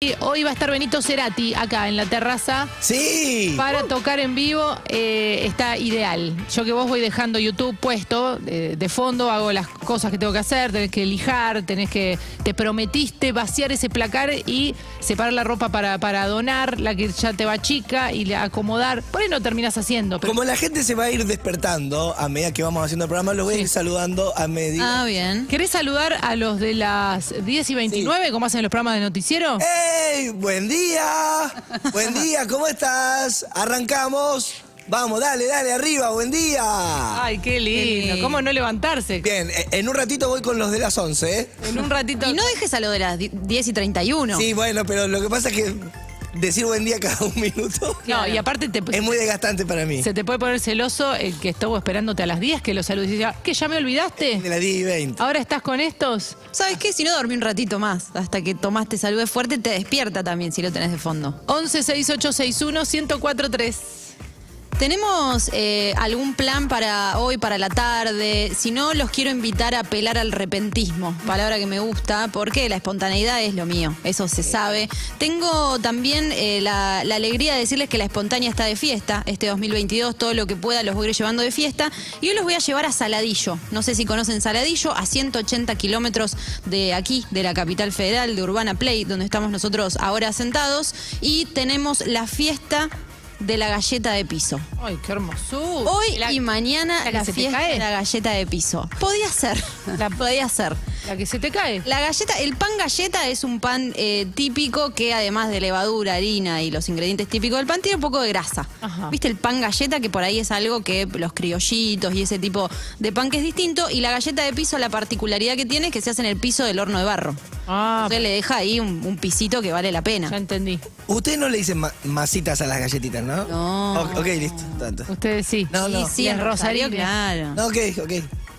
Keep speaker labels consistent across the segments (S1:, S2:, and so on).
S1: Y Hoy va a estar Benito Cerati acá en la terraza
S2: Sí.
S1: para tocar en vivo. eh, está ideal. Yo que vos voy dejando YouTube puesto eh, de fondo, hago las cosas que tengo que hacer, tenés que lijar, tenés que. Te prometiste vaciar ese placar y separar la ropa para, para donar, la que ya te va chica y la acomodar. Por ahí no terminás haciendo. Pero
S2: Como la gente se va a ir despertando a medida que vamos haciendo el programa, lo voy a ir saludando a medida.
S3: Ah, bien.
S1: ¿Querés saludar a los de las 10 y 29, como hacen los programas de noticiero?
S2: ¡Ey! ¡Buen día! ¡Buen día! ¿Cómo estás? Arrancamos. Vamos, dale, dale, arriba, buen día.
S1: Ay, qué lindo.
S3: lindo.
S1: ¿Cómo no levantarse?
S2: Bien, e- en un ratito voy con los de las 11, ¿eh?
S1: En un ratito.
S3: Y no dejes a lo de las di- 10 y 31.
S2: Sí, bueno, pero lo que pasa es que decir buen día cada un minuto
S1: No, y aparte te,
S2: es muy desgastante para mí.
S1: pues Se te puede poner celoso el que estuvo esperándote a las 10 que lo saludes y diga, ¿qué ya me
S2: De
S1: olvidaste?
S2: la 10 y 20.
S1: ¿Ahora estás con estos?
S3: ¿Sabes qué? Si no, dormí un ratito más. Hasta que tomaste salud fuerte, te despierta también si lo tenés de fondo.
S1: 11 6861 1043.
S3: ¿Tenemos eh, algún plan para hoy, para la tarde? Si no, los quiero invitar a apelar al repentismo, palabra que me gusta, porque la espontaneidad es lo mío, eso se sabe. Tengo también eh, la, la alegría de decirles que la espontánea está de fiesta, este 2022, todo lo que pueda los voy a ir llevando de fiesta, y hoy los voy a llevar a Saladillo. No sé si conocen Saladillo, a 180 kilómetros de aquí, de la capital federal, de Urbana Play, donde estamos nosotros ahora sentados, y tenemos la fiesta de la galleta de piso.
S1: Ay, qué hermosura.
S3: Hoy
S1: La-
S3: y mañana
S1: la
S3: la,
S1: que se te
S3: fiesta
S1: cae.
S3: de la galleta de piso. Podía ser,
S1: La-
S3: la podía ser.
S1: La que se te cae.
S3: La galleta, el pan galleta es un pan eh, típico que además de levadura, harina y los ingredientes típicos del pan tiene un poco de grasa.
S1: Ajá.
S3: ¿Viste el pan galleta que por ahí es algo que los criollitos y ese tipo de pan que es distinto y la galleta de piso la particularidad que tiene es que se hace en el piso del horno de barro.
S1: Ah,
S3: Entonces le deja ahí un, un pisito que vale la pena.
S1: ya entendí.
S2: Ustedes no le dicen ma- masitas a las galletitas, ¿no?
S3: No.
S2: Ok, ok, listo. Tanto.
S1: Ustedes sí.
S2: No, no.
S3: sí,
S1: Las
S3: en Rosario,
S1: rosarines.
S3: claro.
S2: No, ok, ok.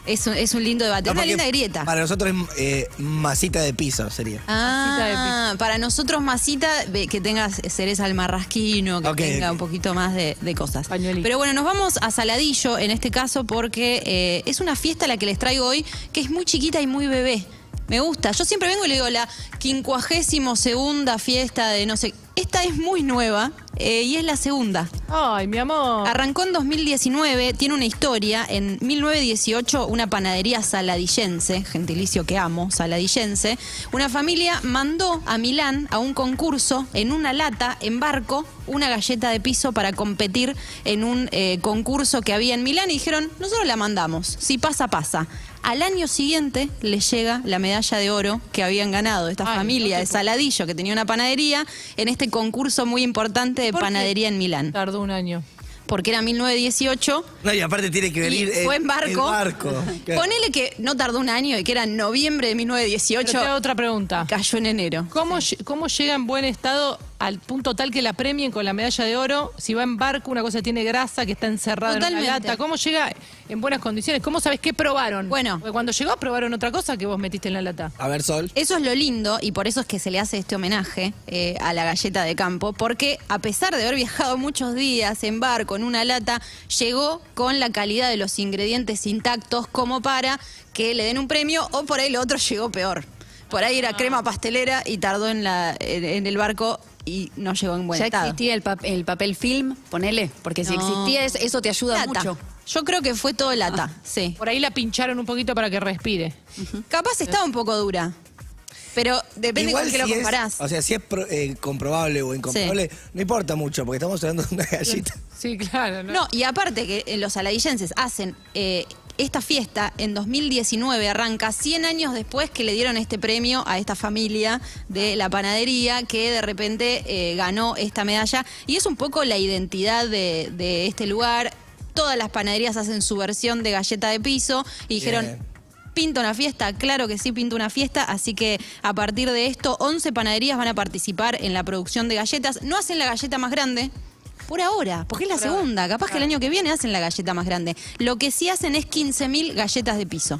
S3: Es, un, es un lindo debate.
S2: No,
S3: Una
S2: porque
S3: linda grieta.
S2: Para nosotros es eh, masita de piso, sería.
S1: Masita de
S3: Ah, para nosotros masita, ve, que tenga cereza al marrasquino, que
S2: Ok,
S3: tenga
S2: ok.
S3: un poquito más de, de cosas.
S1: Pañuelito.
S3: Pero bueno, nos vamos a Saladillo en este caso porque eh, es una fiesta la que les traigo hoy, que es muy chiquita y muy bebé. Me gusta. Yo siempre vengo y le digo la quincuagésimo segunda fiesta de no sé. Esta es muy nueva eh, y es la segunda.
S1: Ay, mi amor.
S3: Arrancó en 2019, tiene una historia. En 1918, una panadería saladillense, gentilicio que amo, saladillense, una familia mandó a Milán a un concurso en una lata, en barco, una galleta de piso para competir en un eh, concurso que había en Milán y dijeron, nosotros la mandamos, si pasa, pasa. Al año siguiente les llega la medalla de oro que habían ganado esta
S1: Ay,
S3: familia
S1: no te puedo-
S3: de Saladillo, que tenía una panadería, en este concurso muy importante de
S1: ¿Por qué?
S3: panadería en Milán
S1: Tardó un año.
S3: porque era 1918.
S2: No, y aparte tiene que venir.
S3: Y
S2: el-
S3: fue en barco.
S2: el eh, barco. Claro.
S3: Ponele que no tardó un año y que era noviembre de
S1: Pero te
S3: 1918.
S1: hago otra pregunta.
S3: Cayó en enero.
S1: ¿Cómo, lle- ¿Cómo llega en buen estado al punto tal que la premien con la medalla de oro? Si va en barco, una cosa tiene grasa, que está encerrada en una
S3: Totalmente.
S1: lata. ¿Cómo llega en buenas condiciones? ¿Cómo sabes qué probaron?
S3: Bueno.
S1: Porque cuando llegó probaron otra cosa que vos metiste en la lata.
S2: A ver, Sol.
S3: Eso es lo lindo y por eso es que se le hace este homenaje eh, a la galleta de campo, porque a pesar de haber viajado muchos días en barco, en una lata, llegó con la calidad de los ingredientes intactos como para que le den un premio o por ahí lo otro llegó peor. Por ahí era crema pastelera y tardó en, la, en, en el barco y no llegó en buen
S4: ya
S3: estado.
S4: existía el, pap- el papel film, ponele, porque si
S3: No.
S4: existía es- eso te ayuda
S3: Lata.
S4: mucho. Ah,
S3: Yo creo que fue todo lata, sí.
S1: Por ahí la pincharon un poquito para que respire.
S3: Capaz estaba un poco dura, pero depende
S2: Igual
S3: con qué lo
S2: si es-
S3: comparás.
S2: o sea, si es pro- eh, comprobable o incomprobable, no importa mucho, porque estamos hablando de una galleta.
S1: Sí, claro.
S3: No, y aparte que eh, los aladillenses hacen eh, esta fiesta en 2019, arranca 100 años después que le dieron este premio a esta familia de la panadería que de repente eh, ganó esta medalla. Y es un poco la identidad de, de este lugar. Todas las panaderías hacen su versión de galleta de piso y dijeron...
S2: Bien.
S3: Pinto una fiesta, claro que sí, pinto una fiesta, así que a partir de esto 11 panaderías van a participar en la producción de galletas. No hacen la galleta más grande por ahora, porque es la segunda, capaz que el año que viene hacen la galleta más grande. Lo que sí hacen es 15.000 galletas de piso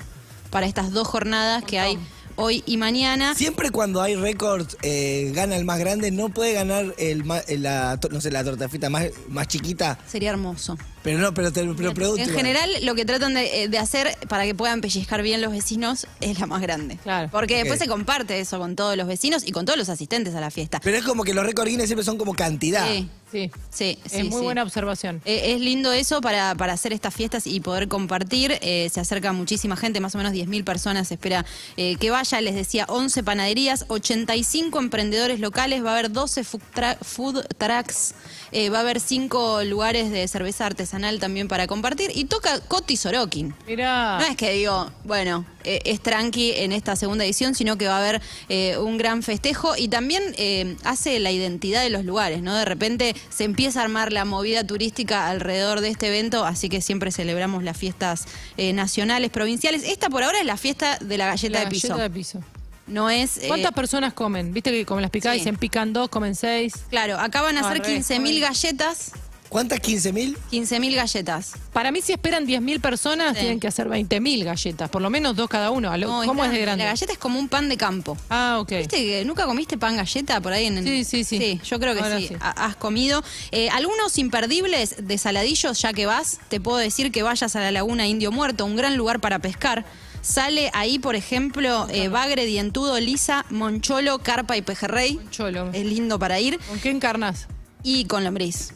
S3: para estas dos jornadas que hay hoy y mañana.
S2: Siempre cuando hay récord eh, gana el más grande, no puede ganar el, ma- el- la, to- no sé, la tortafita más, más chiquita.
S3: Sería hermoso.
S2: Pero no, pero, te, pero pregunto
S3: En
S2: igual.
S3: general, lo que tratan de, eh, de hacer para que puedan pellizcar bien los vecinos es la más grande.
S1: Claro.
S3: Porque
S2: Ok.
S3: después se comparte eso con todos los vecinos y con todos los asistentes a la fiesta.
S2: Pero es como que los récords Guinness siempre son como cantidad.
S3: Sí,
S1: Sí,
S3: sí, sí,
S1: es muy
S3: sí.
S1: buena observación.
S3: Eh, Es lindo eso para, para hacer estas fiestas y poder compartir. Eh, se acerca muchísima gente, más o menos 10.000 personas espera eh, que vaya. Les decía, 11 panaderías, 85 emprendedores locales, va a haber 12 food, tra- food trucks, eh, va a haber 5 lugares de cerveza artesanal también para compartir. Y toca Coti Sorokin.
S1: Mirá.
S3: No es que digo, bueno, eh, es tranqui en esta segunda edición, sino que va a haber eh, un gran festejo y también eh, hace la identidad de los lugares, ¿no? De repente se empieza a armar la movida turística alrededor de este evento, así que siempre celebramos las fiestas eh, nacionales, provinciales. Esta por ahora es la fiesta de la galleta
S1: La
S3: de piso.
S1: galleta de piso.
S3: No es. eh,
S1: ¿Cuántas personas comen? Viste que como las picadas
S3: Sí.
S1: dicen pican dos, comen seis.
S3: Claro, acá van a
S1: No,
S3: ser
S1: al revés,
S3: 15.000 galletas.
S2: ¿Cuántas? ¿15 mil?
S3: 15.000 galletas.
S1: Para mí, si esperan 10.000 personas,
S3: Sí.
S1: tienen que hacer 20.000 galletas. Por lo menos dos cada uno. A lo-
S3: No,
S1: ¿Cómo es
S3: está-
S1: de grande?
S3: La galleta es como un pan de campo.
S1: Ah, ok.
S3: ¿Viste que nunca comiste pan galleta por ahí en el-
S1: Sí, sí, sí.
S3: yo creo que
S1: Ahora
S3: sí,
S1: sí.
S3: ha- has comido. Eh, algunos imperdibles de saladillos, ya que vas, te puedo decir que vayas a la Laguna Indio Muerto, un gran lugar para pescar. Sale ahí, por ejemplo, eh, bagre, dientudo, lisa, moncholo, carpa y pejerrey.
S1: Moncholo.
S3: Es lindo para ir.
S1: ¿Con qué encarnás?
S3: Y con lombriz.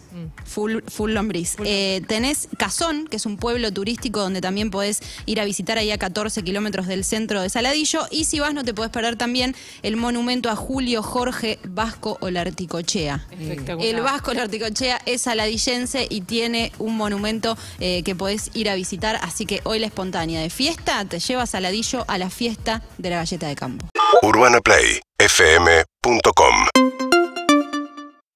S3: Full, Mm. full lombriz. Eh, tenés Cazón, que es un pueblo turístico donde también podés ir a visitar ahí a 14 kilómetros del centro de Saladillo. Y si vas, no te podés perder también el monumento a Julio Jorge Vasco Olarticochea.
S1: Espectacular.
S3: El Vasco Olarticochea es saladillense y tiene un monumento eh, que podés ir a visitar. Así que hoy la espontánea de fiesta te lleva a Saladillo a la fiesta de la galleta de campo.
S5: UrbanaPlayFM.com